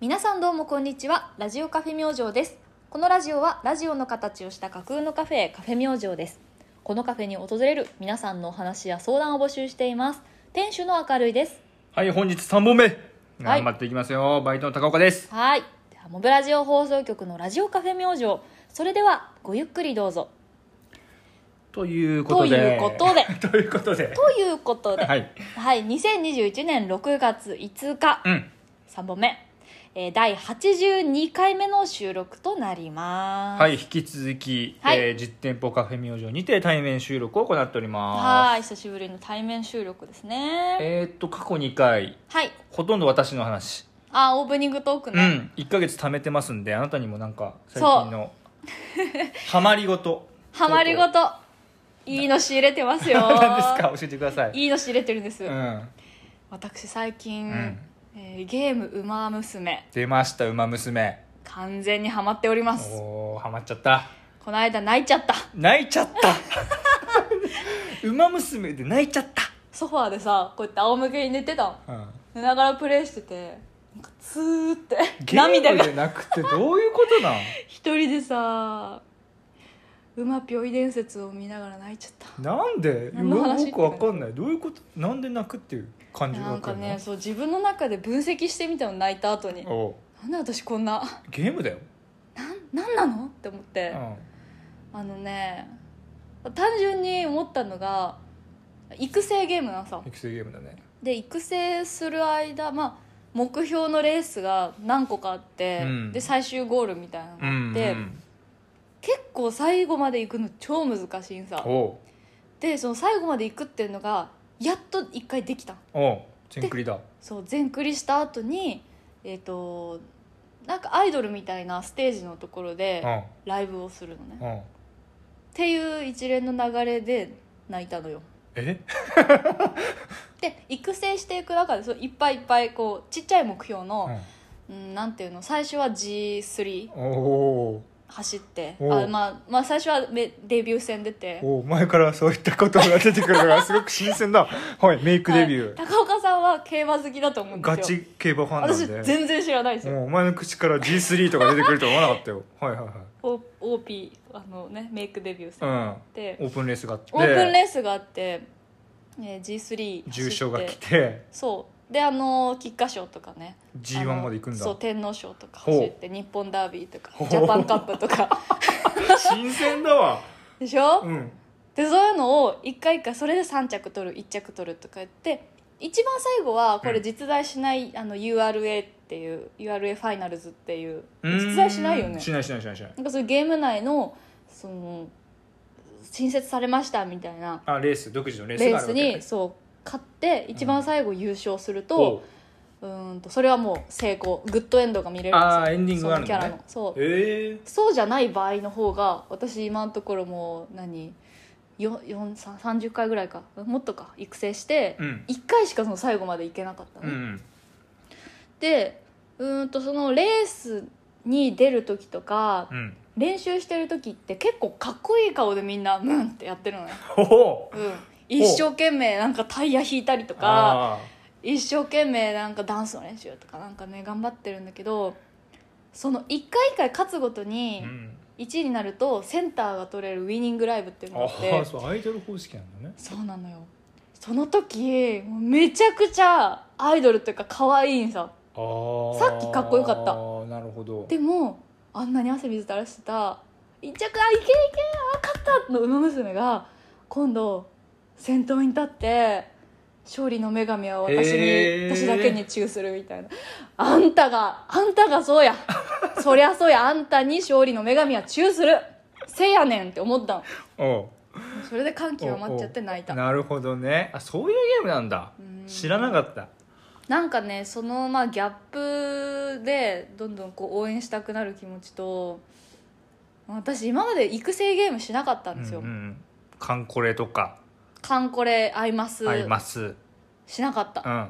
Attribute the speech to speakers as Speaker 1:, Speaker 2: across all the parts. Speaker 1: 皆さんどうもこんにちはラジオカフェ明星ですこのラジオはラジオの形をした架空のカフェカフェ明星ですこのカフェに訪れる皆さんのお話や相談を募集しています店主の明るいです
Speaker 2: はい、本日3本目。
Speaker 1: はい
Speaker 2: 頑張っていきますよ。バイトの高岡です。
Speaker 1: はいではモブラジオ放送局のラジオカフェ明星それではごゆっくりどうぞ
Speaker 2: ということで。
Speaker 1: と
Speaker 2: ということで。
Speaker 1: ということで
Speaker 2: は
Speaker 1: はい、
Speaker 2: い。
Speaker 1: 2021年6月5日
Speaker 2: うん。
Speaker 1: 3本目、えー、第82回目の収録となります
Speaker 2: はい、引き続き、
Speaker 1: はい
Speaker 2: えー実店舗カフェ明星にて対面収録を行っておりま
Speaker 1: はい久しぶりの対面収録です
Speaker 2: す。
Speaker 1: ね
Speaker 2: えーっと、過去2回、
Speaker 1: はい
Speaker 2: ほとんど私の話。
Speaker 1: あオープニングトーク
Speaker 2: う
Speaker 1: ね、
Speaker 2: ん。1ヶ月貯めてますんで、あなたにもなんか、最
Speaker 1: そう
Speaker 2: 近の、ハマりごと。
Speaker 1: ハマりごといいの仕入れてますよ
Speaker 2: 何ですか教えてください。
Speaker 1: いいの仕入れてるんです、
Speaker 2: うん。
Speaker 1: 私最近、
Speaker 2: うん
Speaker 1: えーゲーム「ウマ娘
Speaker 2: 出ました、馬娘。」
Speaker 1: 完全にハマっております
Speaker 2: おー、ハマっちゃった。
Speaker 1: この間泣いちゃった
Speaker 2: 泣いちゃった馬娘で泣いちゃっ
Speaker 1: ソファーでさこうやって仰向けに寝てたの
Speaker 2: た、うん、
Speaker 1: 寝ながらプレイしててなんかツーって
Speaker 2: ゲーム
Speaker 1: 涙が
Speaker 2: で泣くってどういうことなん
Speaker 1: 一人でさ馬ぴょい伝説を見ながら泣いちゃった
Speaker 2: なんで
Speaker 1: 何の話
Speaker 2: よくわかんないどういうことなんで泣くっていう感じが
Speaker 1: なん
Speaker 2: わか
Speaker 1: か
Speaker 2: るの
Speaker 1: ねそう自分の中で分析してみたの泣いた後にな
Speaker 2: おうん
Speaker 1: で私こんな
Speaker 2: ゲームだよ、
Speaker 1: なんなのって思って、あのね単純に思ったのが育成ゲームなのさ
Speaker 2: うん、育成ゲームだね、
Speaker 1: で育成する間まあ目標のレースが何個かあって、
Speaker 2: うん
Speaker 1: で最終ゴールみたいなの
Speaker 2: う
Speaker 1: があ
Speaker 2: ん
Speaker 1: って、
Speaker 2: うん
Speaker 1: 結構最後まで行くの超難しいんさ
Speaker 2: おう
Speaker 1: でその最後まで行くっていうのがやっと一回できたの
Speaker 2: おうチンクリだ
Speaker 1: そう全クリした後にえっ、となんかアイドルみたいなステージのところで
Speaker 2: うん
Speaker 1: ライブをするのね、っ
Speaker 2: うん
Speaker 1: ていう一連の流れで泣いたのよ
Speaker 2: え
Speaker 1: で育成していく中でそういっぱいいっぱいこうちっちゃい目標の、うん、なんていうの最初は G3
Speaker 2: うんおう
Speaker 1: 走って
Speaker 2: おう
Speaker 1: あ、まあ、まあ最初はめデビュー戦出て
Speaker 2: おう前からそういったことが出てくるのがすごく新鮮だはいメイクデビュー、
Speaker 1: はい高岡さんは競馬好きだと思うんですよ
Speaker 2: ガチ競馬ファンなん
Speaker 1: 私
Speaker 2: で
Speaker 1: 全然知らないんですよ
Speaker 2: もうお前の口から G3 とか出てくると思わなかったよはいはいはい
Speaker 1: O- OP あのねメイクデビューさ
Speaker 2: う
Speaker 1: れて、
Speaker 2: んオープンレースがあって
Speaker 1: オープンレースがあって、えー G3 走って
Speaker 2: 重賞が来て
Speaker 1: そうであの菊花賞とかね
Speaker 2: G1 まで行くん
Speaker 1: あのそう
Speaker 2: だ
Speaker 1: 天皇賞とか
Speaker 2: ほう
Speaker 1: 走って日本ダービーとか
Speaker 2: ほう
Speaker 1: ジャパンカップとか
Speaker 2: 新鮮だわ
Speaker 1: でしょ、
Speaker 2: うん
Speaker 1: でそういうのを一回一回それで3着取る1着取るとか言って一番最後はこれ実在しない、あの URA っていう URA ファイナルズっていう実在しないよ
Speaker 2: う
Speaker 1: ね
Speaker 2: んしないしないしないしない
Speaker 1: なんかそういうゲーム内のその新設されましたみたいな
Speaker 2: あレース独自のレース
Speaker 1: レ
Speaker 2: が
Speaker 1: ー
Speaker 2: ある
Speaker 1: ス
Speaker 2: わけ
Speaker 1: にそう勝って一番最後優勝する
Speaker 2: お
Speaker 1: と,、うーんとそれはもう成功グッドエンドが見れるんですよ
Speaker 2: あーエンディングがあるのね
Speaker 1: そのキャラのそう
Speaker 2: ええ
Speaker 1: そうじゃない場合の方が私今のところもう何よよんさん30回ぐらいかもっとか育成して、
Speaker 2: うん
Speaker 1: 一1回しかその最後までいけなかった
Speaker 2: う
Speaker 1: の、
Speaker 2: ん
Speaker 1: でうーんとそのレースに出る時とか
Speaker 2: うん
Speaker 1: 練習してる時って結構かっこいい顔でみんな「うん」ってやってるのね、
Speaker 2: ほほ
Speaker 1: うん、一生懸命なんかタイヤ引いたりとか
Speaker 2: あ
Speaker 1: 一生懸命なんかダンスの練習とかなんかね頑張ってるんだけどその一回一回勝つごと
Speaker 2: ー
Speaker 1: に
Speaker 2: うん
Speaker 1: 1位になるとセンターが取れるウィニングライブっていうのが
Speaker 2: あ
Speaker 1: あって
Speaker 2: ーそうアイドル方式なんだね
Speaker 1: そうなのよその時もうめちゃくちゃアイドルというか可愛いんさ
Speaker 2: あー
Speaker 1: さっきかっこよかった
Speaker 2: あーなるほど
Speaker 1: でもあんなに汗水垂らしてた一着あいけいけあ勝ったの馬娘が今度先頭に立って勝利の女神は私に、
Speaker 2: へー
Speaker 1: 私だけにチューするみたいなあんたがあんたがそうやそりゃそうやあんたに勝利の女神はチューするせやねんって思ったの
Speaker 2: おう
Speaker 1: それで歓喜が待っちゃって泣いた
Speaker 2: なるほどねあそういうゲームなんだ
Speaker 1: うん
Speaker 2: 知らなかった
Speaker 1: なんかねそのまあギャップでどんどんこう応援したくなる気持ちと私今まで育成ゲームしなかったんですよ、
Speaker 2: うんうん、カンコレとか
Speaker 1: カンコレアイマス
Speaker 2: あります
Speaker 1: しなかった
Speaker 2: うん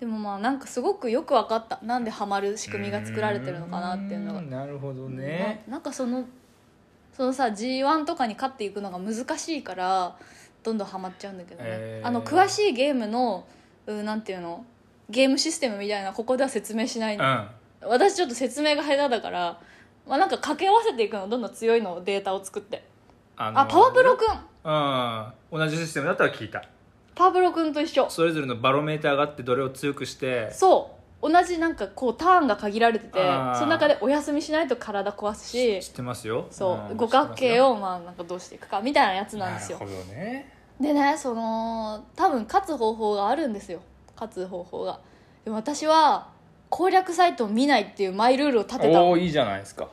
Speaker 1: でもまあなんかすごくよく分かったなんでハマる仕組みが作られてるのかなっていうのが
Speaker 2: んなるほどね、
Speaker 1: まあなんかそのそのさ g 1とかに勝っていくのが難しいからどんどんハマっちゃうんだけどね、
Speaker 2: えー
Speaker 1: あの詳しいゲームのうんなんていうのゲームシステムみたいなここでは説明しない、
Speaker 2: うん
Speaker 1: 私ちょっと説明が下手だから、まあ、なんか掛け合わせていくのどんどん強いのをデータを作って
Speaker 2: あの
Speaker 1: あパワプロくん
Speaker 2: うん同じシステムだったら聞いた
Speaker 1: パワプロくんと一緒
Speaker 2: それぞれのバロメーターがあってどれを強くして
Speaker 1: そう同じなんかこうターンが限られてて
Speaker 2: あー
Speaker 1: その中でお休みしないと体壊すし
Speaker 2: 知ってますよ
Speaker 1: そう、
Speaker 2: ん
Speaker 1: 五角形
Speaker 2: 知っ
Speaker 1: をまあなんかどうしていくかみたいなやつ
Speaker 2: て
Speaker 1: なん
Speaker 2: ま
Speaker 1: です
Speaker 2: すよ
Speaker 1: よ
Speaker 2: なるほどね
Speaker 1: でねその多分勝つ方法があるんですよ勝つ方法がでも私は攻略サイトを見ないっていうマイルールを立てた
Speaker 2: おおいいじゃないですか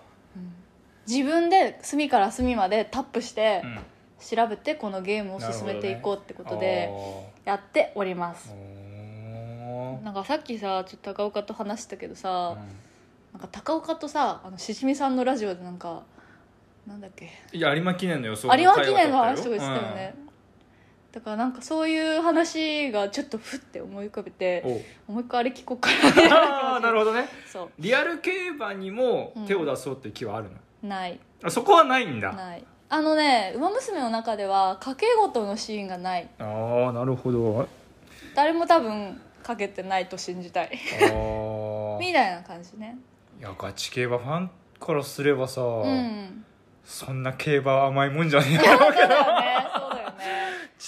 Speaker 1: 自分で隅から隅までタップして
Speaker 2: うん
Speaker 1: 調べてこのゲームを進めていこうってことで
Speaker 2: お
Speaker 1: やっております
Speaker 2: ーおー
Speaker 1: なんかさっきさちょっと高岡と話したけどさ、
Speaker 2: う
Speaker 1: なんか高岡とさあのしじみさんのラジオでなんかなんだっけ
Speaker 2: んいや有馬記念の予想
Speaker 1: 有馬記念の話とかしてたよね、だからなんかそういう話がちょっとふって思い浮かべてもう一回あれ聞こうかなみた いな
Speaker 2: ああーなる
Speaker 1: ほ
Speaker 2: ほどね
Speaker 1: どそ
Speaker 2: リアル競馬にも手を出そうっていう気はあるの、
Speaker 1: うない
Speaker 2: あそこはないんだ
Speaker 1: ないあのね「ウマ娘」の中では賭け事のシーンがない
Speaker 2: ああなるほど
Speaker 1: 誰も多分賭けてないと信じたい
Speaker 2: ああ
Speaker 1: みたいな感じね
Speaker 2: いやガチ競馬ファンからすればさ、
Speaker 1: うん
Speaker 2: そんな競馬甘いもんじゃねえ
Speaker 1: そ
Speaker 2: よ
Speaker 1: うだよねそうだよね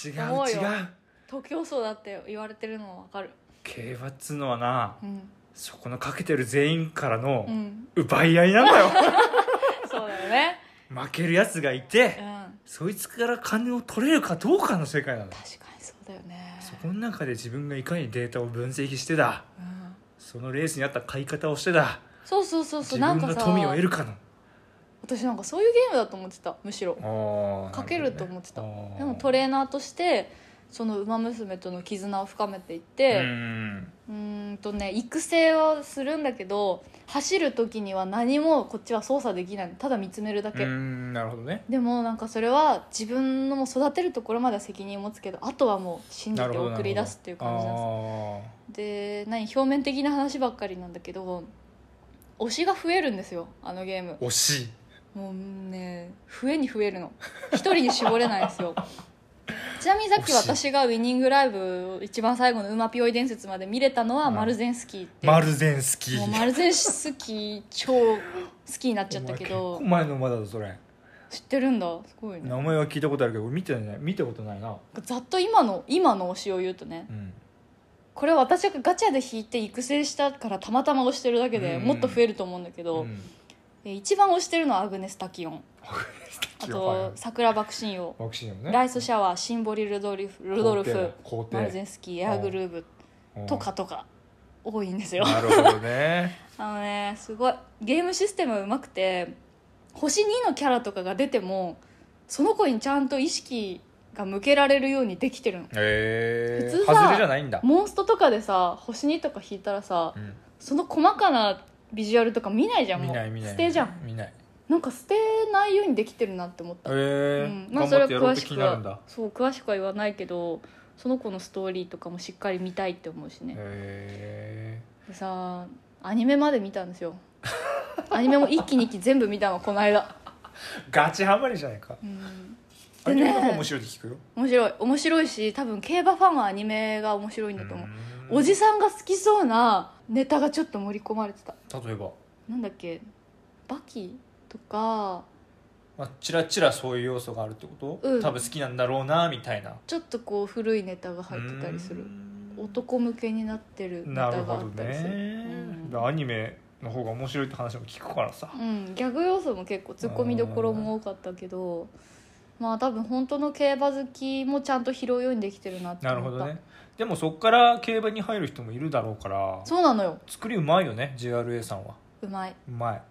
Speaker 2: 違
Speaker 1: 思
Speaker 2: う
Speaker 1: うよ
Speaker 2: 違う
Speaker 1: 東京層だって言われてるのわかる
Speaker 2: 競馬っつうのはな
Speaker 1: うん
Speaker 2: そこのかけてる全員からの
Speaker 1: うん
Speaker 2: 奪い合いなんだよ
Speaker 1: そうだよね
Speaker 2: 負けるやつがいうて
Speaker 1: ん
Speaker 2: そいつから金を取れるかどうかの世界なんだ
Speaker 1: 確かにそうだよね
Speaker 2: そこの中で自分がいかにデータを分析してだ
Speaker 1: うん
Speaker 2: そのレースに合った買い方をしてだ
Speaker 1: そうそうそうそ
Speaker 2: 自
Speaker 1: うなん
Speaker 2: 分
Speaker 1: か
Speaker 2: の
Speaker 1: さ
Speaker 2: 富を得るかの
Speaker 1: 私なんかそういうゲームだと思ってたむしろ
Speaker 2: あー
Speaker 1: かけると思ってた、
Speaker 2: なるほどね
Speaker 1: でもトレーナーとしてその馬娘との絆を深めていって
Speaker 2: うん
Speaker 1: うーんとね育成はするんだけど走る時には何もこっちは操作できないただ見つめるだ
Speaker 2: う
Speaker 1: け、
Speaker 2: んなるほどね
Speaker 1: でもなんかそれは自分のもう育てるところまでは責任を持つけどあとはもう信じ
Speaker 2: なる
Speaker 1: て
Speaker 2: ほどなるほ
Speaker 1: 送
Speaker 2: ど
Speaker 1: り出すっていう感じなんです
Speaker 2: あ
Speaker 1: で何表面的な話ばっかりなんだけど推しが増えるんですよあのゲーム
Speaker 2: ー惜しい
Speaker 1: もうね増えに増えるの一人に絞れないんですよ ちなみにさっき
Speaker 2: 惜しい
Speaker 1: 私がウィニングライブを一番最後の「馬ピオイ伝説」まで見れたのは
Speaker 2: うん
Speaker 1: マルゼンスキーっていう
Speaker 2: マルゼンスキー
Speaker 1: もうマルゼンスキー超好きになっちゃったけど
Speaker 2: お前結構前の馬だぞそれ
Speaker 1: 知ってるんだすごいね
Speaker 2: 名前は聞いたことあるけど俺見てない見たことないな
Speaker 1: ざっと今の今の推しを言うとね
Speaker 2: うん
Speaker 1: これは私がガチャで引いて育成したからたまたま推してるだけで
Speaker 2: うん
Speaker 1: もっと増えると思うんだけど、
Speaker 2: うん
Speaker 1: え一番推してるのはアグネス・タキオンあと桜爆心王
Speaker 2: ワクチンでもね
Speaker 1: ライスシャワーシンボリ・ルドリフルドルフ
Speaker 2: 皇帝
Speaker 1: マルゼンスキーエアグルーブとかとか多いんですよ
Speaker 2: なるほど ね
Speaker 1: あのねすごいゲームシステムうまくて星2のキャラとかが出てもその子にちゃんと意識が向けられるようにできてるの
Speaker 2: へ
Speaker 1: 普
Speaker 2: え
Speaker 1: 通さ
Speaker 2: 外れじゃないんだ
Speaker 1: モンストとかでさ星2とか引いたらさ
Speaker 2: うん
Speaker 1: その細かなビジュアルとか見ないじゃん
Speaker 2: 見
Speaker 1: もう
Speaker 2: ない見ない
Speaker 1: 捨てじゃん
Speaker 2: 見ない
Speaker 1: なんか捨てないようにできてるなって思った
Speaker 2: へえ
Speaker 1: うんまあ
Speaker 2: 頑
Speaker 1: それ
Speaker 2: 張
Speaker 1: は
Speaker 2: ってやろう
Speaker 1: 詳
Speaker 2: って
Speaker 1: し
Speaker 2: 気
Speaker 1: く
Speaker 2: になるんだ
Speaker 1: はそう詳しくは言わないけどその子のストーリーとかもしっかり見たいって思うしね
Speaker 2: へ
Speaker 1: でさアニメまで見たんですよ アニメも一期二期全部見たのこの間、
Speaker 2: えガチハマりじゃないか
Speaker 1: うん、
Speaker 2: あ
Speaker 1: で
Speaker 2: れ
Speaker 1: ね
Speaker 2: 結構面白いって聞くよ
Speaker 1: 面白い面白いし多分競馬ファンはアニメが面白いんだと思うおじさんが好きそうなネタがちょっと盛り込まれてた
Speaker 2: 例えば
Speaker 1: なんだっけバキとか
Speaker 2: まあチラチラそういう要素があるってこと、
Speaker 1: うん
Speaker 2: 多分好きなんだろうなみたいな
Speaker 1: ちょっとこう古いネタが入ってたりする男向けになってるネ
Speaker 2: な
Speaker 1: タ
Speaker 2: る
Speaker 1: が
Speaker 2: ほ
Speaker 1: あ
Speaker 2: ど
Speaker 1: ったりする
Speaker 2: ね、
Speaker 1: うん
Speaker 2: アニメの方が面白いって話も聞くからさ、
Speaker 1: うん、ギャグ要素も結構ツッコミどころも多かったけどまあ多分本当の競馬好きもちゃんと拾うようにできてるなって
Speaker 2: なる
Speaker 1: 思
Speaker 2: ほ
Speaker 1: った
Speaker 2: どねでもそこから競馬に入る人もいるだろうから
Speaker 1: そうなのよ
Speaker 2: 作りうまいよね JRA さんは
Speaker 1: うまいう
Speaker 2: まい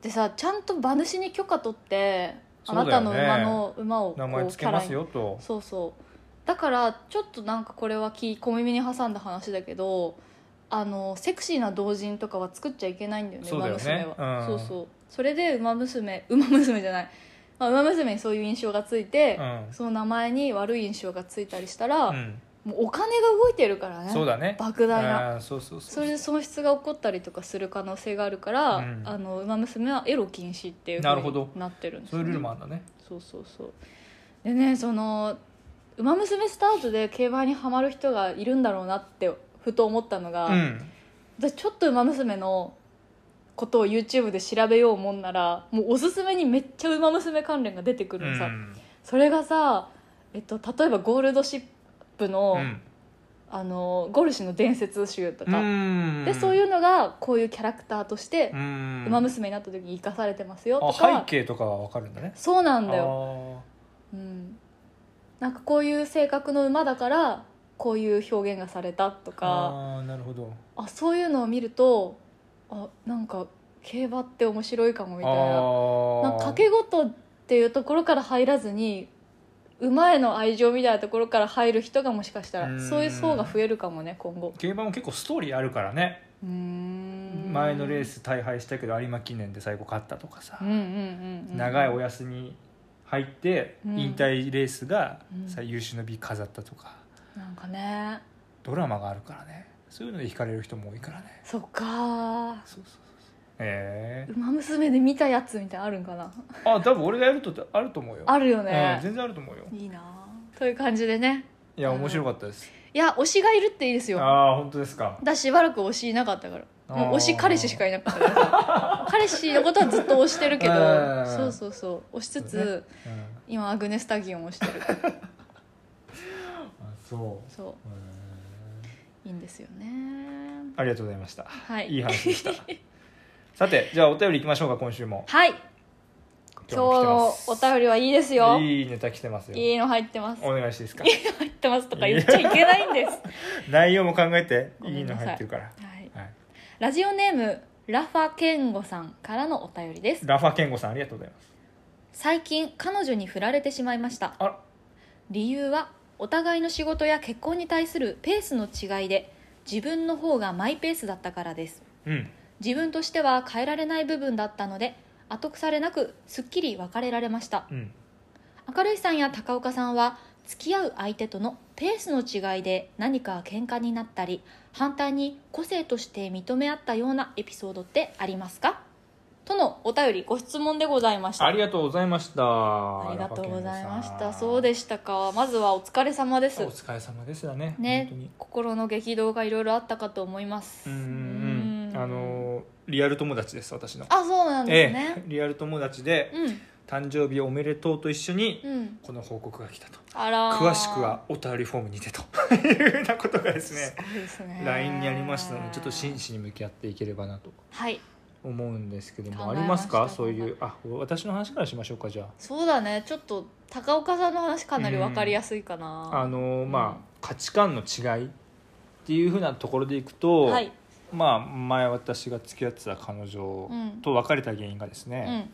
Speaker 1: でさちゃんと馬主に許可取って、あ
Speaker 2: そう
Speaker 1: な
Speaker 2: だよ
Speaker 1: たの
Speaker 2: ね
Speaker 1: 馬の馬をこう
Speaker 2: 名前つけますよ
Speaker 1: キャラ
Speaker 2: と
Speaker 1: にそうそうだからちょっとなんかこれはき小耳に挟んだ話だけどあのセクシーな同人とかは作っちゃいけないんだよね
Speaker 2: そうだよね
Speaker 1: 馬娘は、
Speaker 2: うん
Speaker 1: そうそうそれで馬娘 馬娘じゃない、まあ、馬娘にそういう印象がついて、
Speaker 2: うん
Speaker 1: その名前に悪い印象がついたりしたら、
Speaker 2: うん
Speaker 1: もうお金が動いてるからね
Speaker 2: そうだね
Speaker 1: 莫大な
Speaker 2: あーそうそうそう
Speaker 1: それで損失が起こったりとかする可能性があるから、
Speaker 2: うん
Speaker 1: あの馬娘はエロ禁止っていうふ
Speaker 2: なるほ
Speaker 1: う
Speaker 2: ど
Speaker 1: になってるんです
Speaker 2: そう
Speaker 1: よ
Speaker 2: いう
Speaker 1: ね
Speaker 2: ルールもあるんだね
Speaker 1: そうそうそうでねその「馬娘スタート」で競馬にハマる人がいるんだろうなってふと思ったのが、
Speaker 2: うん
Speaker 1: 私ちょっと馬娘のことを YouTube で調べようもんならもうおすすめにめっちゃ馬娘関連が出てく
Speaker 2: う
Speaker 1: るのさ、
Speaker 2: ん
Speaker 1: それがさ、えっと、例えばゴールドシップの,、
Speaker 2: うん
Speaker 1: あのゴルシュの伝説集とか、
Speaker 2: うん
Speaker 1: でそういうのがこういうキャラクターとして
Speaker 2: う、ん
Speaker 1: 馬娘になった時に生かされてますよと
Speaker 2: あ背
Speaker 1: か
Speaker 2: 景とかは分かるんだね
Speaker 1: そうなんだよ、
Speaker 2: よ
Speaker 1: うん、なんかこういう性格の馬だからこういう表現がされたとか
Speaker 2: あーなるほど
Speaker 1: あそういうのを見るとあなんか競馬って面白いかもみたいななんか
Speaker 2: 掛
Speaker 1: 掛け事っていうところから入らずに馬への愛情みたいなところから入る人がもしかした
Speaker 2: う
Speaker 1: ら
Speaker 2: ん
Speaker 1: そういう層が増えるかもね今後
Speaker 2: 競馬も結構ストーリーあるからね
Speaker 1: うーん
Speaker 2: 前のレース大敗したけど有馬記念で最後勝ったとかさ
Speaker 1: うんうんうん、うん、
Speaker 2: 長いお休み入って
Speaker 1: うん
Speaker 2: 引退レースが
Speaker 1: うん
Speaker 2: 最優秀の美飾ったとか
Speaker 1: なんかね
Speaker 2: ドラマがあるからねそういうので惹かれる人も多いからね
Speaker 1: そっかー
Speaker 2: そうそうそうええ
Speaker 1: 馬娘で見たやつみたいなのあるんかな
Speaker 2: あ多分俺がやるとあると思うよ
Speaker 1: あるよ
Speaker 2: うん、
Speaker 1: ね、
Speaker 2: 全然あると思うよ
Speaker 1: いいなーという感じでね
Speaker 2: いや面白かったです
Speaker 1: いや推しがいるっていいですよ
Speaker 2: ああ本当ですか
Speaker 1: だししばらく推しいなかったからもう推し
Speaker 2: あー
Speaker 1: 彼氏しかいなかったから 彼氏のことはずっと推してるけど
Speaker 2: うん
Speaker 1: そうそうそう推しつつ、
Speaker 2: そうねうん
Speaker 1: 今アグネスタギオンをしてる
Speaker 2: あそ
Speaker 1: そう
Speaker 2: うへ
Speaker 1: いいんですよね
Speaker 2: ーありがとうございました
Speaker 1: はい
Speaker 2: いい話で したさてじゃあお便りいきましょうか今週も
Speaker 1: はい今日のお便りはいいですよい
Speaker 2: りいいネタ来てますよ
Speaker 1: いの入ってます
Speaker 2: お願いしていいですか
Speaker 1: 入ってますとか言っちゃいけないんです、
Speaker 2: 内容も考えて
Speaker 1: ご
Speaker 2: い
Speaker 1: め
Speaker 2: い
Speaker 1: ん
Speaker 2: の
Speaker 1: なさい
Speaker 2: 入ってるから
Speaker 1: はい、
Speaker 2: はい
Speaker 1: ラジオネームラファケンゴさんからのお便りです
Speaker 2: ラファケンゴさんありがとうございます
Speaker 1: 最近彼女に振られてしまいました
Speaker 2: あら
Speaker 1: 理由はお互いの仕事や結婚に対するペースの違いで自分の方がマイペースだったからです
Speaker 2: うん
Speaker 1: 自分としては変えられない部分だったので後腐れなくすっきり別れられました
Speaker 2: うん
Speaker 1: 明るいさんや高岡さんは付き合う相手とのペースの違いで何か喧嘩になったり反対に個性として認め合ったようなエピソードってありますかとのお便りご質問でございました
Speaker 2: ありがとうございました
Speaker 1: ありがとうございましたそう
Speaker 2: す
Speaker 1: でしたかまずはお疲れ様です
Speaker 2: お疲れ様ですだね
Speaker 1: ね
Speaker 2: 本当に
Speaker 1: 心の激動がいろいろあったかと思います
Speaker 2: うんうんうんあのーリアル友達です私の
Speaker 1: あそうなんですね
Speaker 2: え、えリアル友達で誕生日おめでとうと一緒に
Speaker 1: うんうん
Speaker 2: この報告が来たと
Speaker 1: あらー
Speaker 2: 詳しくはお便りフォームにてというようなことがですね
Speaker 1: すごいですね
Speaker 2: LINE にありましたのでちょっと真摯に向き合っていければなと
Speaker 1: はい
Speaker 2: 思うんですけども
Speaker 1: 考
Speaker 2: あ
Speaker 1: え
Speaker 2: り
Speaker 1: ま
Speaker 2: ま
Speaker 1: した
Speaker 2: すかそういうあ私の話からしましょうかじゃ
Speaker 1: そうだねちょっと高岡さんの話かなり分かりやすいか
Speaker 2: ああ
Speaker 1: な、
Speaker 2: の
Speaker 1: ん
Speaker 2: まあ価値観の違いっていうふうなところでいくと、
Speaker 1: はい
Speaker 2: まあ前私が付き合ってた彼女
Speaker 1: うん
Speaker 2: と別れた原因がです
Speaker 1: う
Speaker 2: ね
Speaker 1: ん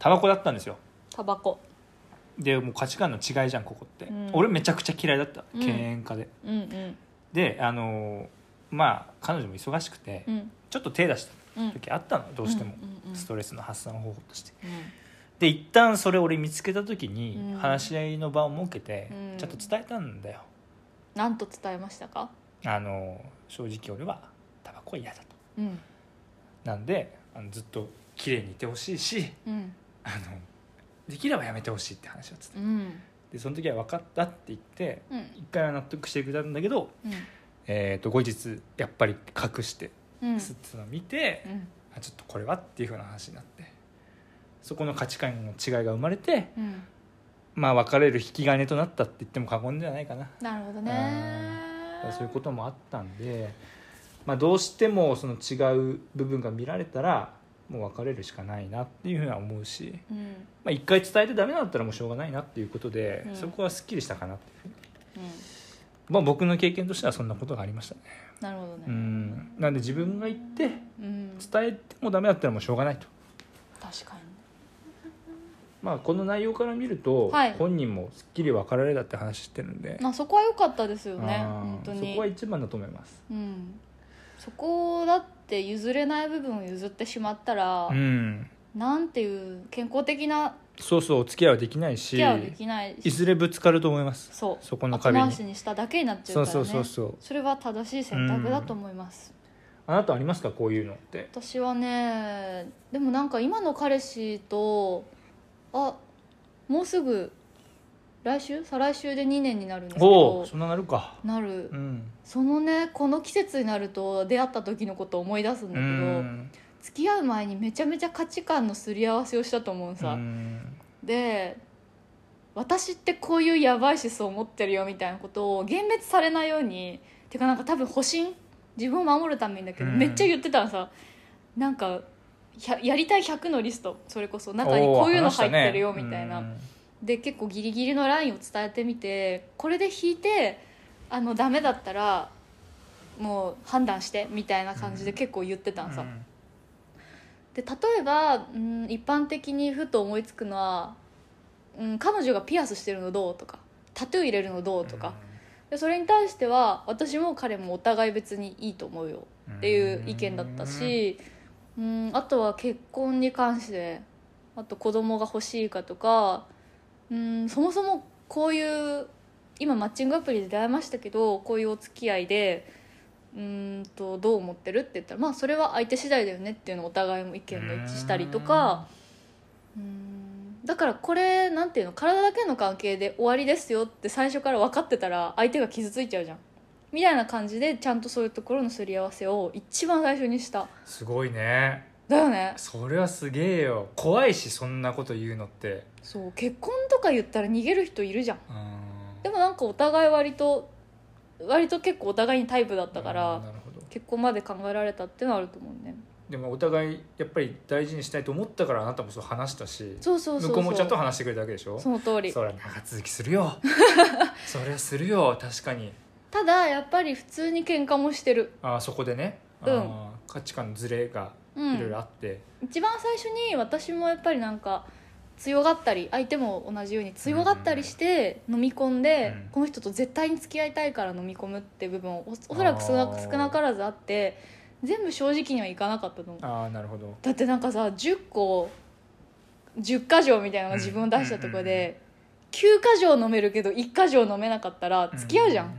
Speaker 2: タバコだったんですよ
Speaker 1: タバコ
Speaker 2: でもう価値観の違いじゃんここって、
Speaker 1: うん
Speaker 2: 俺めちゃくちゃ嫌いだった
Speaker 1: うん
Speaker 2: 敬遠家で、
Speaker 1: うんうん
Speaker 2: であのまあ彼女も忙しくて、
Speaker 1: うん
Speaker 2: ちょっと手出した
Speaker 1: うん
Speaker 2: 時あったのどうしても、
Speaker 1: うんうんうん
Speaker 2: ストレスの発散方法として
Speaker 1: う
Speaker 2: で一旦それ俺見つけた時に
Speaker 1: うん
Speaker 2: 話し合いの場を設けて
Speaker 1: うん
Speaker 2: ちゃんと伝えたんだよ、
Speaker 1: んなんと伝えましたか
Speaker 2: あの正直俺はタバコは嫌だと
Speaker 1: うん
Speaker 2: なんであのずっと綺麗にいてほしいし
Speaker 1: うん
Speaker 2: あのできればやめてほしいって話をつって
Speaker 1: うん
Speaker 2: でその時は分かったって言って
Speaker 1: うん
Speaker 2: 一回は納得してくれたんだけど、えー、と後日やっぱり隠して
Speaker 1: うんうん
Speaker 2: 吸ってたのを見て、あちょっとこれはっていうふうな話になってそこの価値観の違いが生まれて
Speaker 1: うん
Speaker 2: まあ別れる引き金となったって言っても過言ではないかな
Speaker 1: なるほどね
Speaker 2: そういうこともあったんで、まあ、どうしてもその違う部分が見られたらもう別れるしかないなっていうふうには思うし、
Speaker 1: うんうん
Speaker 2: まあ、一回伝えてダメだったらもうしょうがないなっていうことで、
Speaker 1: うん
Speaker 2: そこはすっきりしたかなっていうまあ、僕の経験としてはそんなことがありましたね
Speaker 1: なるほどね
Speaker 2: うんなんで自分が言って伝
Speaker 1: うん
Speaker 2: えてもダメだったらもうしょうがないと
Speaker 1: 確か
Speaker 2: まあこの内容から見ると、
Speaker 1: はい
Speaker 2: 本人もすっきり別れたって話してるんで
Speaker 1: に、まあそこは良かったですよね
Speaker 2: あー
Speaker 1: 本当に
Speaker 2: そこは一番だと思います
Speaker 1: うん、そこだって譲れない部分を譲ってしまったら、
Speaker 2: うん
Speaker 1: なんていう健康的な
Speaker 2: そうそうお付き合いはできないし
Speaker 1: ケアはできない
Speaker 2: いずれぶつかると思います
Speaker 1: そう
Speaker 2: そこの
Speaker 1: 後
Speaker 2: 壁
Speaker 1: 回
Speaker 2: に
Speaker 1: しにしただけになっちゃ
Speaker 2: そうう
Speaker 1: から、ね、
Speaker 2: そうそうそう
Speaker 1: それは正しい選択だと思います、
Speaker 2: あなたありますかこういうのって
Speaker 1: 私はねでもなんか今の彼氏とあもうすぐ来週再来週で2年になるんですけ
Speaker 2: おお
Speaker 1: ど
Speaker 2: そんななるか
Speaker 1: なる
Speaker 2: うん
Speaker 1: そのねこの季節になると出会った時のことを思い出すんだ
Speaker 2: う
Speaker 1: けど、
Speaker 2: ん
Speaker 1: 付き合う前にめちゃめちゃ価値観のすり合わせをしたと思う
Speaker 2: う
Speaker 1: さ、
Speaker 2: ん
Speaker 1: で私ってこういうやばい思想を持ってるよみたいなことを幻滅されないようにてかなんか多分保身自分を守るためにだけど、
Speaker 2: うん
Speaker 1: めっちゃ言ってたのさなんかややりたい100のリストそれこそ中にこういうの入ってるよみたいな
Speaker 2: おー話し
Speaker 1: で結構ギリギリのラインを伝えてみてこれで引いてあのダメだったらもう判断してみたいな感じで結構言ってた
Speaker 2: た
Speaker 1: の
Speaker 2: ね
Speaker 1: さ、
Speaker 2: うん
Speaker 1: で例えば、うん、一般的にふと思いつくのは、うん、彼女がピアスしてるのどうとかタトゥー入れるのどうとか、でそれに対しては私も彼もお互い別にいいと思うよ
Speaker 2: うん
Speaker 1: っていう意見だったし、うん、あとは結婚に関してあと子供が欲しいかとか、うん、そもそもこういう今マッチングアプリで出会いましたけどこういうお付き合いでうーんとどう思ってるって言ったらまあそれは相手次第だよねっていうのをお互いも意見が一致したりとか。うんだからこれなんていうの体だけの関係で終わりですよって最初から分かってたら相手が傷ついちゃうじゃんみたいな感じでちゃんとそういうところのすり合わせを一番最初にした
Speaker 2: すごいね
Speaker 1: だよね
Speaker 2: それはすげえよ怖いしそんなこと言うのって
Speaker 1: そう結婚とか言ったら逃げる人いるじゃん
Speaker 2: うん
Speaker 1: でもなんかお互い割と割と結構お互いにタイプだったか
Speaker 2: うん
Speaker 1: ら
Speaker 2: なるほど
Speaker 1: 結婚まで考えられたってのはあると思うね
Speaker 2: でもお互いやっぱり大事にしたいと思ったからあなたもそう話したし
Speaker 1: そうそうそう
Speaker 2: 向こうもちゃんと
Speaker 1: そ
Speaker 2: 話してくれたわけでしょ
Speaker 1: うその通り
Speaker 2: そりゃ長続きす るよそりゃするよ確かに
Speaker 1: ただやっぱり普通に喧嘩もしてる
Speaker 2: あーそこでね、
Speaker 1: うん
Speaker 2: あー価値観のズレが
Speaker 1: うん
Speaker 2: いろいろあって、
Speaker 1: 一番最初に私もやっぱりなんか強がったり相手も同じように強がったりして飲み込んで、
Speaker 2: うん
Speaker 1: この人と絶対に付き合いたいから飲み込むって部分をおおそらく少な
Speaker 2: あー
Speaker 1: 少なからずあって全部正直にはいかなかったの
Speaker 2: ああなるほど
Speaker 1: だってなんかさ10個10箇条みたいなのが自分を出したとこで、9箇条飲めるけど1箇条飲めなかったら付き合うじゃん、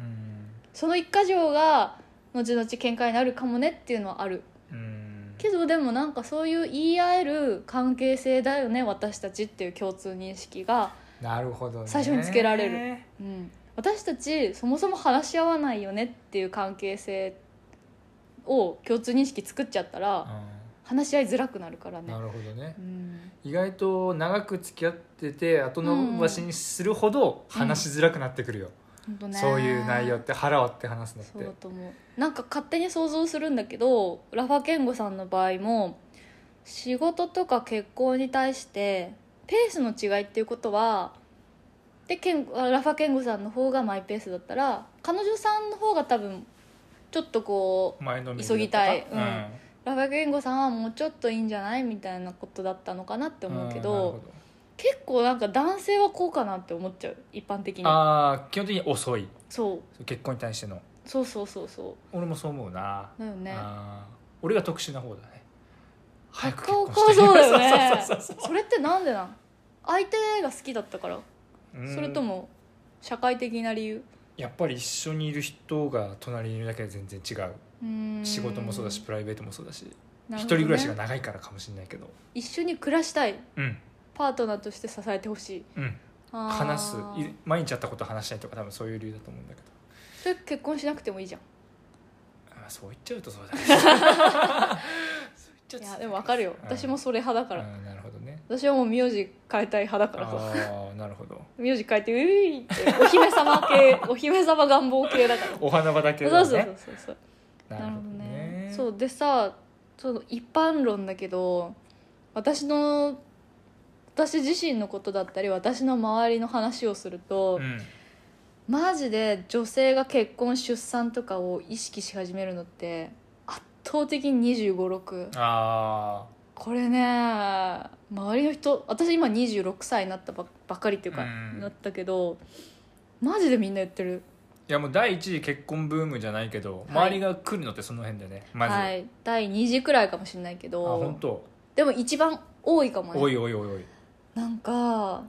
Speaker 1: その1箇条が後々喧嘩になるかもねっていうのはある
Speaker 2: うん、うん
Speaker 1: けどでもなんかそういう言い合える関係性だよね私たちっていう共通認識が、
Speaker 2: なるほど、ね、
Speaker 1: 最初につけられるうん、私たちそもそも話し合わないよねっていう関係性を共通認識作っちゃったら
Speaker 2: う
Speaker 1: 話し合いづらくなるから
Speaker 2: ん
Speaker 1: ね
Speaker 2: な、るほどね
Speaker 1: うん、
Speaker 2: 意外と長く付き合ってて後延ばしにするほど話しづらくなってくるよ、
Speaker 1: ほんとね
Speaker 2: そういう内容って腹割って話すのっ
Speaker 1: そうだ
Speaker 2: て
Speaker 1: と思うなんか勝手に想像するんだけどラファケンゴさんの場合も仕事とか結婚に対してペースの違いっていうことはでケンラファケンゴさんの方がマイペースだったら彼女さんの方が多分ちょっとこう
Speaker 2: 前のめり
Speaker 1: 急ぎたい
Speaker 2: だったか
Speaker 1: うんラファケンゴさんはもうちょっといいんじゃないみたいなことだったのかなって
Speaker 2: うん
Speaker 1: 思うけ
Speaker 2: んなる
Speaker 1: ど
Speaker 2: ほ
Speaker 1: 結構なんか男性はこうかなって思っちゃう一般的に
Speaker 2: ああ基本的に遅い
Speaker 1: そう
Speaker 2: 結婚に対しての
Speaker 1: そうそうそうそ
Speaker 2: 俺もそう思うな、
Speaker 1: うだよね
Speaker 2: あー俺が特殊な方だね早く結
Speaker 1: 高
Speaker 2: 婚
Speaker 1: 校
Speaker 2: したい
Speaker 1: そうだよね
Speaker 2: そうそうそう
Speaker 1: それってなんでなん相手が好きだったから
Speaker 2: そううん
Speaker 1: それとも社会的な理由
Speaker 2: やっぱり一緒にいる人が隣にいるだけで全然違う
Speaker 1: うーん
Speaker 2: 仕事もそうだしプライベートもそうだし
Speaker 1: なるほ
Speaker 2: 一人
Speaker 1: どね
Speaker 2: 暮らしが長いからかもしれないけど
Speaker 1: 一緒に暮らしたい
Speaker 2: うん
Speaker 1: パートナーとして支えてほしい
Speaker 2: うん
Speaker 1: あー
Speaker 2: 話すい毎日会ったこと話したいとか多分そういう理由だと思うんだけど
Speaker 1: それ結婚しなくてもいいじゃん
Speaker 2: あーそう言っちゃうとそ うだねそう言っちゃうとそうだね
Speaker 1: いやでも分かるよ
Speaker 2: うん
Speaker 1: 私もそれ派だから、
Speaker 2: うんなるほどね
Speaker 1: 私はもう名字変えたい派だからさ
Speaker 2: ああなるほど
Speaker 1: 名字変えてういってお姫様系お姫様願望系だ から
Speaker 2: お花畑
Speaker 1: そう
Speaker 2: だ
Speaker 1: そう
Speaker 2: ね
Speaker 1: そうそうそうなるほどねそうでさその一般論だけど私の私自身のことだったり私の周りの話をすると、
Speaker 2: うん
Speaker 1: マジで女性が結婚出産とかを意識し始めるのって圧倒的に2 5 6
Speaker 2: あ
Speaker 1: これね周りの人私今26歳になったばばっかりっていうか、
Speaker 2: うん
Speaker 1: なったけどマジでみんな言ってる
Speaker 2: あいやもう第一次結婚ブームじゃないけど、
Speaker 1: はい
Speaker 2: 周りが来るのってその辺だよねまず、
Speaker 1: はい第2次くらいかもしれないけ
Speaker 2: あ
Speaker 1: ど
Speaker 2: 本当。
Speaker 1: でも一番多いかもね
Speaker 2: おいおいおいおい
Speaker 1: なんか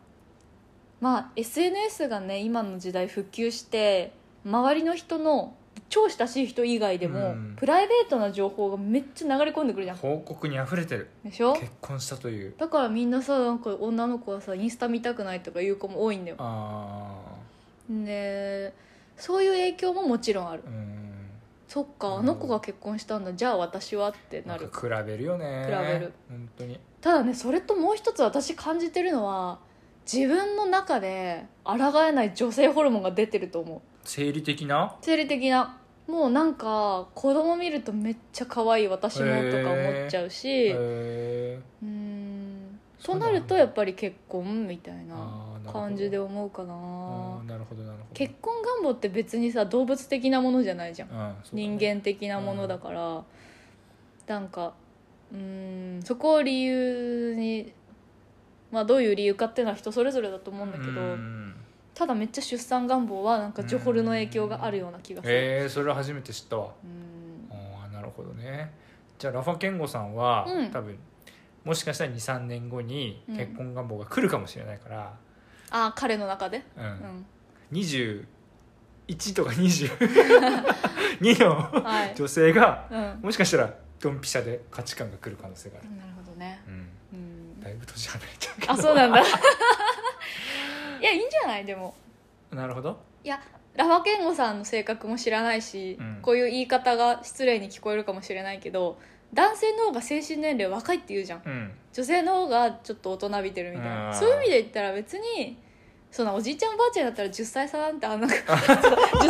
Speaker 1: まあ SNS がね今の時代普及して周りの人の超親しい人以外でも、
Speaker 2: うん
Speaker 1: プライベートな情報がめっちゃ流れ込んでくるじゃん
Speaker 2: 報告にあふれてる
Speaker 1: でしょ
Speaker 2: 結婚したという
Speaker 1: だからみんなさなんか女の子はさインスタ見たくないとかいう子も多いんだよ
Speaker 2: あ
Speaker 1: ねそういう影響ももちろんある
Speaker 2: あうん
Speaker 1: そっ
Speaker 2: う
Speaker 1: か
Speaker 2: ん
Speaker 1: あの子が結婚したんだじゃあ私はってな
Speaker 2: なん
Speaker 1: る
Speaker 2: か比べるよね
Speaker 1: 比べる
Speaker 2: 本当に
Speaker 1: ただねそれともう一つ私感じてるのは自分の中で抗えない女性ホルモンが出てると思う
Speaker 2: 生理的な
Speaker 1: 生理的なもうなんか子供見るとめっちゃ可愛い私もとか思っちゃうし、
Speaker 2: へ
Speaker 1: うーんと
Speaker 2: そうなんだ
Speaker 1: なるとやっぱり結婚みたいな
Speaker 2: あーなるほど
Speaker 1: 感じで思うか
Speaker 2: あ
Speaker 1: な
Speaker 2: ーなるほどなるほど
Speaker 1: 結婚願望って別にさ動物的なものじゃないじゃん、
Speaker 2: うんそうだね
Speaker 1: 人間的なものだから、なんかうーんそこを理由にまあどういう理由かっていうのは人それぞれだと思うんだけど、
Speaker 2: うん
Speaker 1: ただめっちゃ出産願望はなんかジョホルの影響があるような気がする
Speaker 2: へえそれは初めて知ったわ
Speaker 1: うん
Speaker 2: あーなるほどねじゃあラファ健吾さんは、
Speaker 1: うん
Speaker 2: 多分もしかしたら23年後に
Speaker 1: うん
Speaker 2: 結婚願望が来るかもしれないから、
Speaker 1: ああ彼の中で、
Speaker 2: うん
Speaker 1: うん、
Speaker 2: 21とか22 の
Speaker 1: はい、
Speaker 2: 女性が
Speaker 1: うん、なる
Speaker 2: もしかしたらドンピシャで価値観が来る可能性がある、
Speaker 1: ほどね、
Speaker 2: うん、
Speaker 1: うん、
Speaker 2: だいぶ年離れちゃうけど
Speaker 1: あそうなんだ いやいいんじゃないでも
Speaker 2: なるほど
Speaker 1: いやラファケンゴさんの性格も知らないし、
Speaker 2: うん
Speaker 1: こういう言い方が失礼に聞こえるかもしれないけど男性の方が精神年齢若いって言うじゃん
Speaker 2: うん
Speaker 1: 女性の方がちょっと大人びてるみたい
Speaker 2: あ
Speaker 1: な
Speaker 2: ー
Speaker 1: そういう意味で言ったら別にそんなおじいちゃんおばあちゃんだったら10歳差なんてあんな10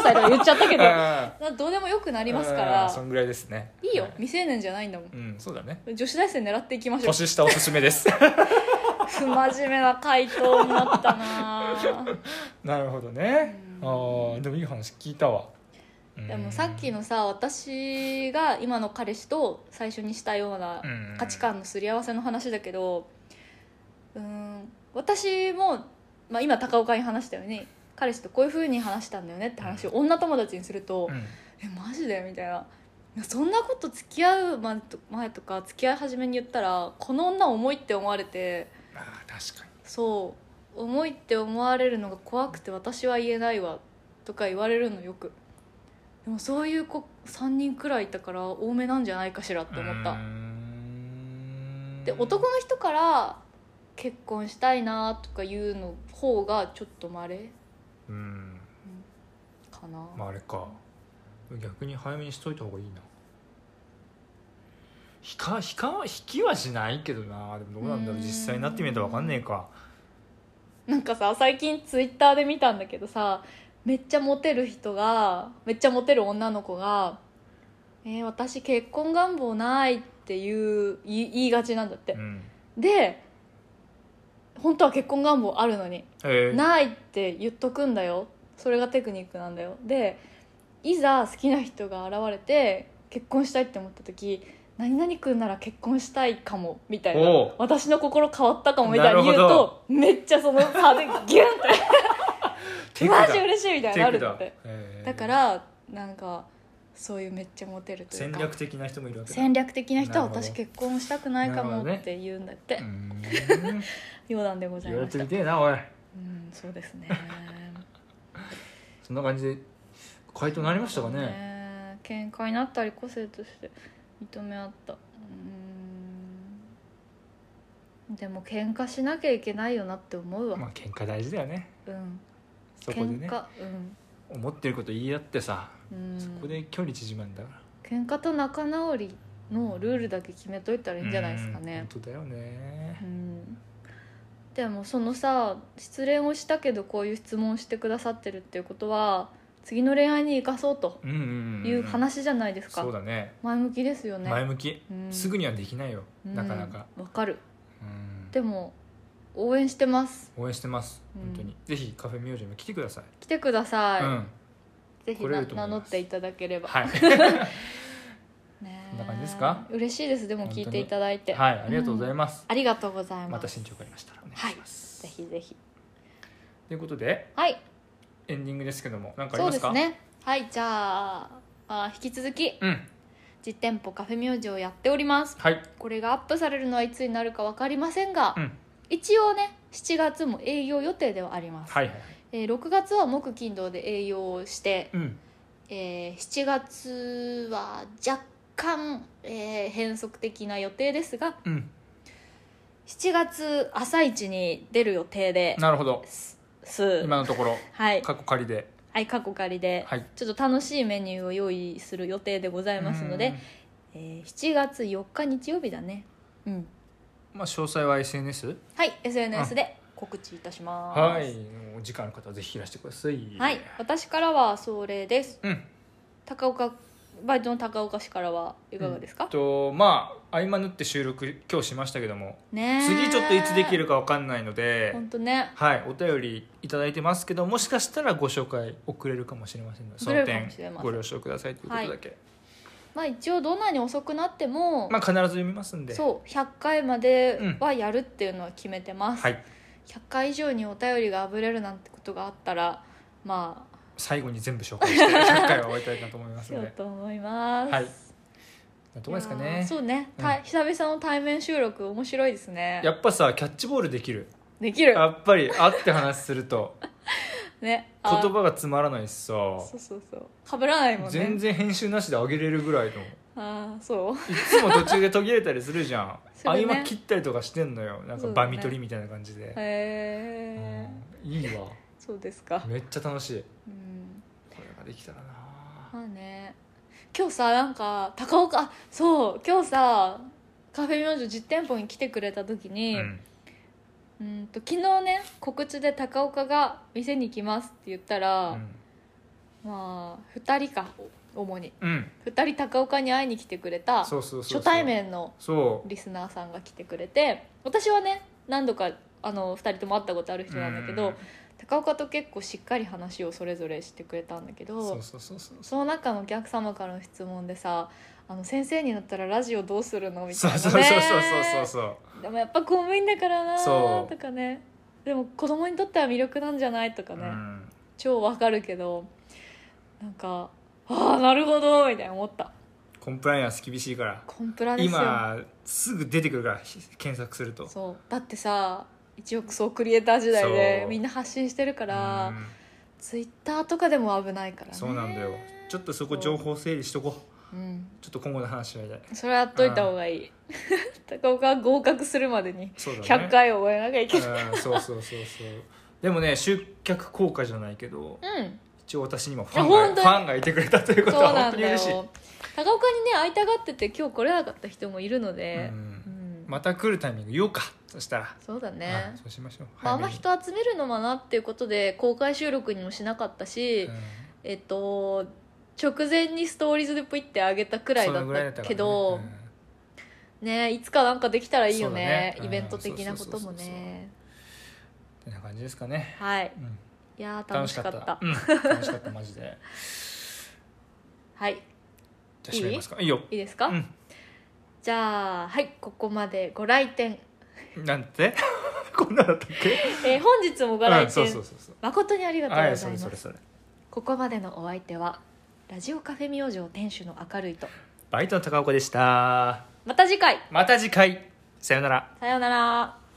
Speaker 1: 歳とか 言っちゃったけど
Speaker 2: あ
Speaker 1: などうでもよくな
Speaker 2: あ
Speaker 1: りますか
Speaker 2: そ
Speaker 1: ら
Speaker 2: んぐらいですね
Speaker 1: いいよ
Speaker 2: は
Speaker 1: 未成年じゃないんだもん
Speaker 2: うんそうだね
Speaker 1: 女子大生狙っていきましょう
Speaker 2: 年下おすすめです
Speaker 1: 不真面目な回答になったなぁ
Speaker 2: なるほどねあーでもいい話聞いたわ
Speaker 1: でもさっき
Speaker 2: の
Speaker 1: のさ私が今の彼氏と最初にしたような価値観のすり合わせの話だけどうーん私も、まあ、今高岡に話したように彼氏とこういうふうに話したんだよねって話を女友達にすると
Speaker 2: うん
Speaker 1: 「えマジで?」みたいな。いやそんなこと付き合う前と前とか付き合い始めに言ったらこの女重いって思われて
Speaker 2: ああ確かに
Speaker 1: そう重いって思われるのが怖くて私は言えないわとか言われるのよくでもそういう子3人くらいいたから多めなんじゃないかしらって思っ
Speaker 2: うー
Speaker 1: た
Speaker 2: ん
Speaker 1: で男の人から結婚したいなとか言うの方がちょっとまれ
Speaker 2: うん
Speaker 1: かな、
Speaker 2: まああれか逆に早めにしといた方がいいな引か引か引きはしないけどなでもどうなんだろう
Speaker 1: うーん
Speaker 2: 実際になってみないと分かんねえか
Speaker 1: なんかさ最近ツイッターで見たんだけどさめっちゃモテる人がめっちゃモテる女の子が「えー私結婚願望ない」っていう言い言いがちなんだって
Speaker 2: うん
Speaker 1: で本当は結婚願望あるのに
Speaker 2: えー
Speaker 1: ないって言っとくんだよそれがテクニックなんだよでいざ好きな人が現れて結婚したいって思った時何々君なら結婚したいかもみたい
Speaker 2: お
Speaker 1: な
Speaker 2: う
Speaker 1: 私の心変わったかもみたいに言う
Speaker 2: なるほ
Speaker 1: とめっちゃその差でギュン って
Speaker 2: 手
Speaker 1: マ
Speaker 2: 札
Speaker 1: ジ嬉しいみたいになるんだって
Speaker 2: 手札えー
Speaker 1: だからなんかそういうめっちゃモテるという
Speaker 2: 戦
Speaker 1: か
Speaker 2: 略的な人もいるわけだ
Speaker 1: 戦略的な人は
Speaker 2: なるほど
Speaker 1: 私結婚したくないか
Speaker 2: なる
Speaker 1: も
Speaker 2: ほどね
Speaker 1: って言うんだって、
Speaker 2: うーん
Speaker 1: 余談でござい
Speaker 2: 言われ
Speaker 1: ましてた
Speaker 2: みてえなおい
Speaker 1: うん、そうですね。
Speaker 2: そんな感じで回答になりましたかね
Speaker 1: ね。喧嘩になったり個性として認め合った。うーん。でも喧嘩しなきゃいけないよなって思うわ。
Speaker 2: まあ喧嘩大事だよね
Speaker 1: うん。
Speaker 2: そこで
Speaker 1: 喧
Speaker 2: ね
Speaker 1: 嘩、うん。
Speaker 2: 思ってること言い合ってさ
Speaker 1: うん、
Speaker 2: そこで距離縮まるんだから
Speaker 1: 喧嘩と仲直りのルールだけ決めといたらいいんじゃないですかね。
Speaker 2: うん本当だよね
Speaker 1: うんでもそのさ失恋をしたけどこういう質問をしてくださってるっていうことは次の恋愛に生かそうと
Speaker 2: うんうんん
Speaker 1: いう話じゃないですか、
Speaker 2: そうだね
Speaker 1: 前向きですよね
Speaker 2: 前向き
Speaker 1: うん
Speaker 2: すぐにはできないよ
Speaker 1: うん
Speaker 2: なかなか
Speaker 1: わかる
Speaker 2: うん
Speaker 1: でも応援してます
Speaker 2: 応援してます
Speaker 1: うん
Speaker 2: 本当にぜひカフェ明星にも来てください
Speaker 1: 来てください、
Speaker 2: うん
Speaker 1: ぜひ
Speaker 2: 来れ
Speaker 1: な
Speaker 2: ると思
Speaker 1: 名
Speaker 2: います
Speaker 1: 乗っていただければ、
Speaker 2: はい
Speaker 1: ねえ
Speaker 2: こんな感じですか
Speaker 1: 嬉しいですでも聞いていただいて、
Speaker 2: はいありがとうござい
Speaker 1: す、
Speaker 2: ます
Speaker 1: ありがとうございます
Speaker 2: また進捗ありましたらお願いします
Speaker 1: ぜひぜひ
Speaker 2: ということで
Speaker 1: はい
Speaker 2: エンディングですけども何かあり
Speaker 1: そう
Speaker 2: ま
Speaker 1: ですす
Speaker 2: か
Speaker 1: ねはいじゃああ引き続き
Speaker 2: うん
Speaker 1: 実店舗カフェ明星をやっております
Speaker 2: はい
Speaker 1: これがアップされるのはいつになるか分かりませんが、
Speaker 2: うん
Speaker 1: 一応ね7月も営業予定ではあります、
Speaker 2: はいはいはい
Speaker 1: えー6月は木金土で営業をして
Speaker 2: うん
Speaker 1: えー7月は若干、えー変則的な予定ですが
Speaker 2: うん
Speaker 1: 7月朝一に出る予定で
Speaker 2: なるほど
Speaker 1: すす
Speaker 2: 今のところ
Speaker 1: はい、
Speaker 2: 過去仮で
Speaker 1: はい、過去仮で、
Speaker 2: はい
Speaker 1: ちょっと楽しいメニューを用意する予定でございますので、えー7月4日日曜日だねうん
Speaker 2: うんまあ詳細は SNS
Speaker 1: はい SNS で告知いたします
Speaker 2: はいお時間ある方はぜひいらしてください
Speaker 1: はい、私からはそれです
Speaker 2: うん
Speaker 1: 高岡バイトの高岡市からはいかがですか、
Speaker 2: うんとまあ合間縫って収録今日しましたけども
Speaker 1: ねえ
Speaker 2: 次ちょっといつできるかわかんないので
Speaker 1: 本当ね
Speaker 2: はいお便りいただいてますけどもしかしたらご紹介遅れるかもしれませんのでそ
Speaker 1: 遅れ
Speaker 2: の
Speaker 1: るかも
Speaker 2: 点
Speaker 1: しれません
Speaker 2: ご了承くださいということだけ、
Speaker 1: まあ一応どんなに遅くなっても、
Speaker 2: まあ必ず読みますんで
Speaker 1: そう100回まではやるっていうのは決めてます、
Speaker 2: はい
Speaker 1: 100回以上にお便りがあぶれるなんてことがあったらまあ
Speaker 2: 最後に全部 紹介して100回は終えたいなと思います
Speaker 1: しよ
Speaker 2: の
Speaker 1: う
Speaker 2: で
Speaker 1: と思います、
Speaker 2: はいどこですか
Speaker 1: いやー
Speaker 2: ね
Speaker 1: そうね、
Speaker 2: うん
Speaker 1: た久々の対面収録面白いですね
Speaker 2: やっぱさキャッチボールできる
Speaker 1: できる
Speaker 2: やっぱり会って話すると
Speaker 1: ね
Speaker 2: 言
Speaker 1: あ
Speaker 2: 葉がつまらないしさ
Speaker 1: そうそうそうかぶらないもんね
Speaker 2: 全然編集なしであげれるぐらいの
Speaker 1: ああそう
Speaker 2: いつも途中で途切れたりするじゃん、
Speaker 1: す
Speaker 2: 合
Speaker 1: るね
Speaker 2: 間切ったりとかしてんのよな
Speaker 1: そ
Speaker 2: んか
Speaker 1: うだね
Speaker 2: バミ取りみたいな感じで、
Speaker 1: へえ、
Speaker 2: うんいいわ
Speaker 1: そうですか
Speaker 2: めっちゃ楽しい
Speaker 1: うん
Speaker 2: これができたらな
Speaker 1: まあね今日さなんか高岡あそう今日さカフェ明星実店舗に来てくれた時
Speaker 2: う
Speaker 1: に、うん、
Speaker 2: ん
Speaker 1: と昨日ね告知で高岡が店に来ますって言ったら、
Speaker 2: うん
Speaker 1: まあ2人か主に
Speaker 2: うん
Speaker 1: 2人高岡に会いに来てくれた
Speaker 2: そうそうそうそう
Speaker 1: 初対面の
Speaker 2: そ
Speaker 1: リスナーさんが来てくれて私はね何度かあの2人とも会ったことある
Speaker 2: う
Speaker 1: 人なんだけど、
Speaker 2: うん
Speaker 1: 高岡と結構しっかり話をそれぞれしてくれたんだけど
Speaker 2: そうそうそうそう
Speaker 1: その中のお客様からの質問でさあの先生になったらラジオどうするのみた
Speaker 2: そ
Speaker 1: いな、
Speaker 2: う
Speaker 1: ね、
Speaker 2: そうそうそうそう
Speaker 1: でもやっぱ公務員だからな
Speaker 2: そう
Speaker 1: とかねでも子供にとっては魅力なんじゃないとか
Speaker 2: う
Speaker 1: ね、
Speaker 2: ん
Speaker 1: 超わかるけどなんかああなるほどみたいな思った
Speaker 2: コンプライアンス厳しいから
Speaker 1: コンプラですよ
Speaker 2: 今すぐ出てくるからひ検索すると
Speaker 1: そうだってさ一億総クリエイター時代で
Speaker 2: そう
Speaker 1: みんな発信してるから、
Speaker 2: うん
Speaker 1: ツイッターとかでも危ないからね
Speaker 2: そうなんだよちょっとそこ情報整理しとこう
Speaker 1: うん
Speaker 2: ちょっと今後の話し合いで
Speaker 1: それやっといた方がいい 高岡は合格するまでに
Speaker 2: そうだね
Speaker 1: 100回を終えなきゃいけない
Speaker 2: うんそうそうそうそうでもね集客効果じゃないけど
Speaker 1: うん
Speaker 2: 一応私にもファ
Speaker 1: いや本当
Speaker 2: ンが
Speaker 1: に
Speaker 2: ファンがいてくれたということ
Speaker 1: そう
Speaker 2: は
Speaker 1: なん
Speaker 2: 本当に
Speaker 1: だよ
Speaker 2: 嬉しい、
Speaker 1: 高岡にね会いたがってて今日来れなかった人もいるのでう
Speaker 2: う、
Speaker 1: んん
Speaker 2: また来るタイミング言おうかそしたら、
Speaker 1: そうだね
Speaker 2: あそうしましょう
Speaker 1: まあ、あん
Speaker 2: 早
Speaker 1: ま
Speaker 2: めに
Speaker 1: 人集めるのもなっていうことで公開収録にもしなかったし、
Speaker 2: うん
Speaker 1: えっと直前にストーリーズでポイってあげたくらい
Speaker 2: そ
Speaker 1: だ
Speaker 2: のぐらいだ
Speaker 1: っ
Speaker 2: っ
Speaker 1: た
Speaker 2: たからね
Speaker 1: けど
Speaker 2: うん
Speaker 1: ねいつかなんかできたらいいよね
Speaker 2: そうだね
Speaker 1: イ
Speaker 2: うん
Speaker 1: ベント的なことも
Speaker 2: そうそうそう
Speaker 1: ね
Speaker 2: てな感じですかね、
Speaker 1: はい
Speaker 2: うん
Speaker 1: いやー
Speaker 2: 楽
Speaker 1: 楽
Speaker 2: し
Speaker 1: し
Speaker 2: か
Speaker 1: か
Speaker 2: っ
Speaker 1: ったた
Speaker 2: うん楽しかったマジで
Speaker 1: はい
Speaker 2: じゃあ閉めますかいいよ
Speaker 1: いいですか、
Speaker 2: うん
Speaker 1: じゃあはいここまでご来店、
Speaker 2: なんて こんなだったっけ
Speaker 1: えー本日もご来
Speaker 2: うんそう
Speaker 1: 店、
Speaker 2: そうそうそう
Speaker 1: 誠にありがとうござい
Speaker 2: はい
Speaker 1: ます、
Speaker 2: それそれそれ
Speaker 1: ここまでのお相手はラジオカフェ明星店主の明るいと
Speaker 2: バイトの高岡でした
Speaker 1: また次回
Speaker 2: また次回さようなら
Speaker 1: さようなら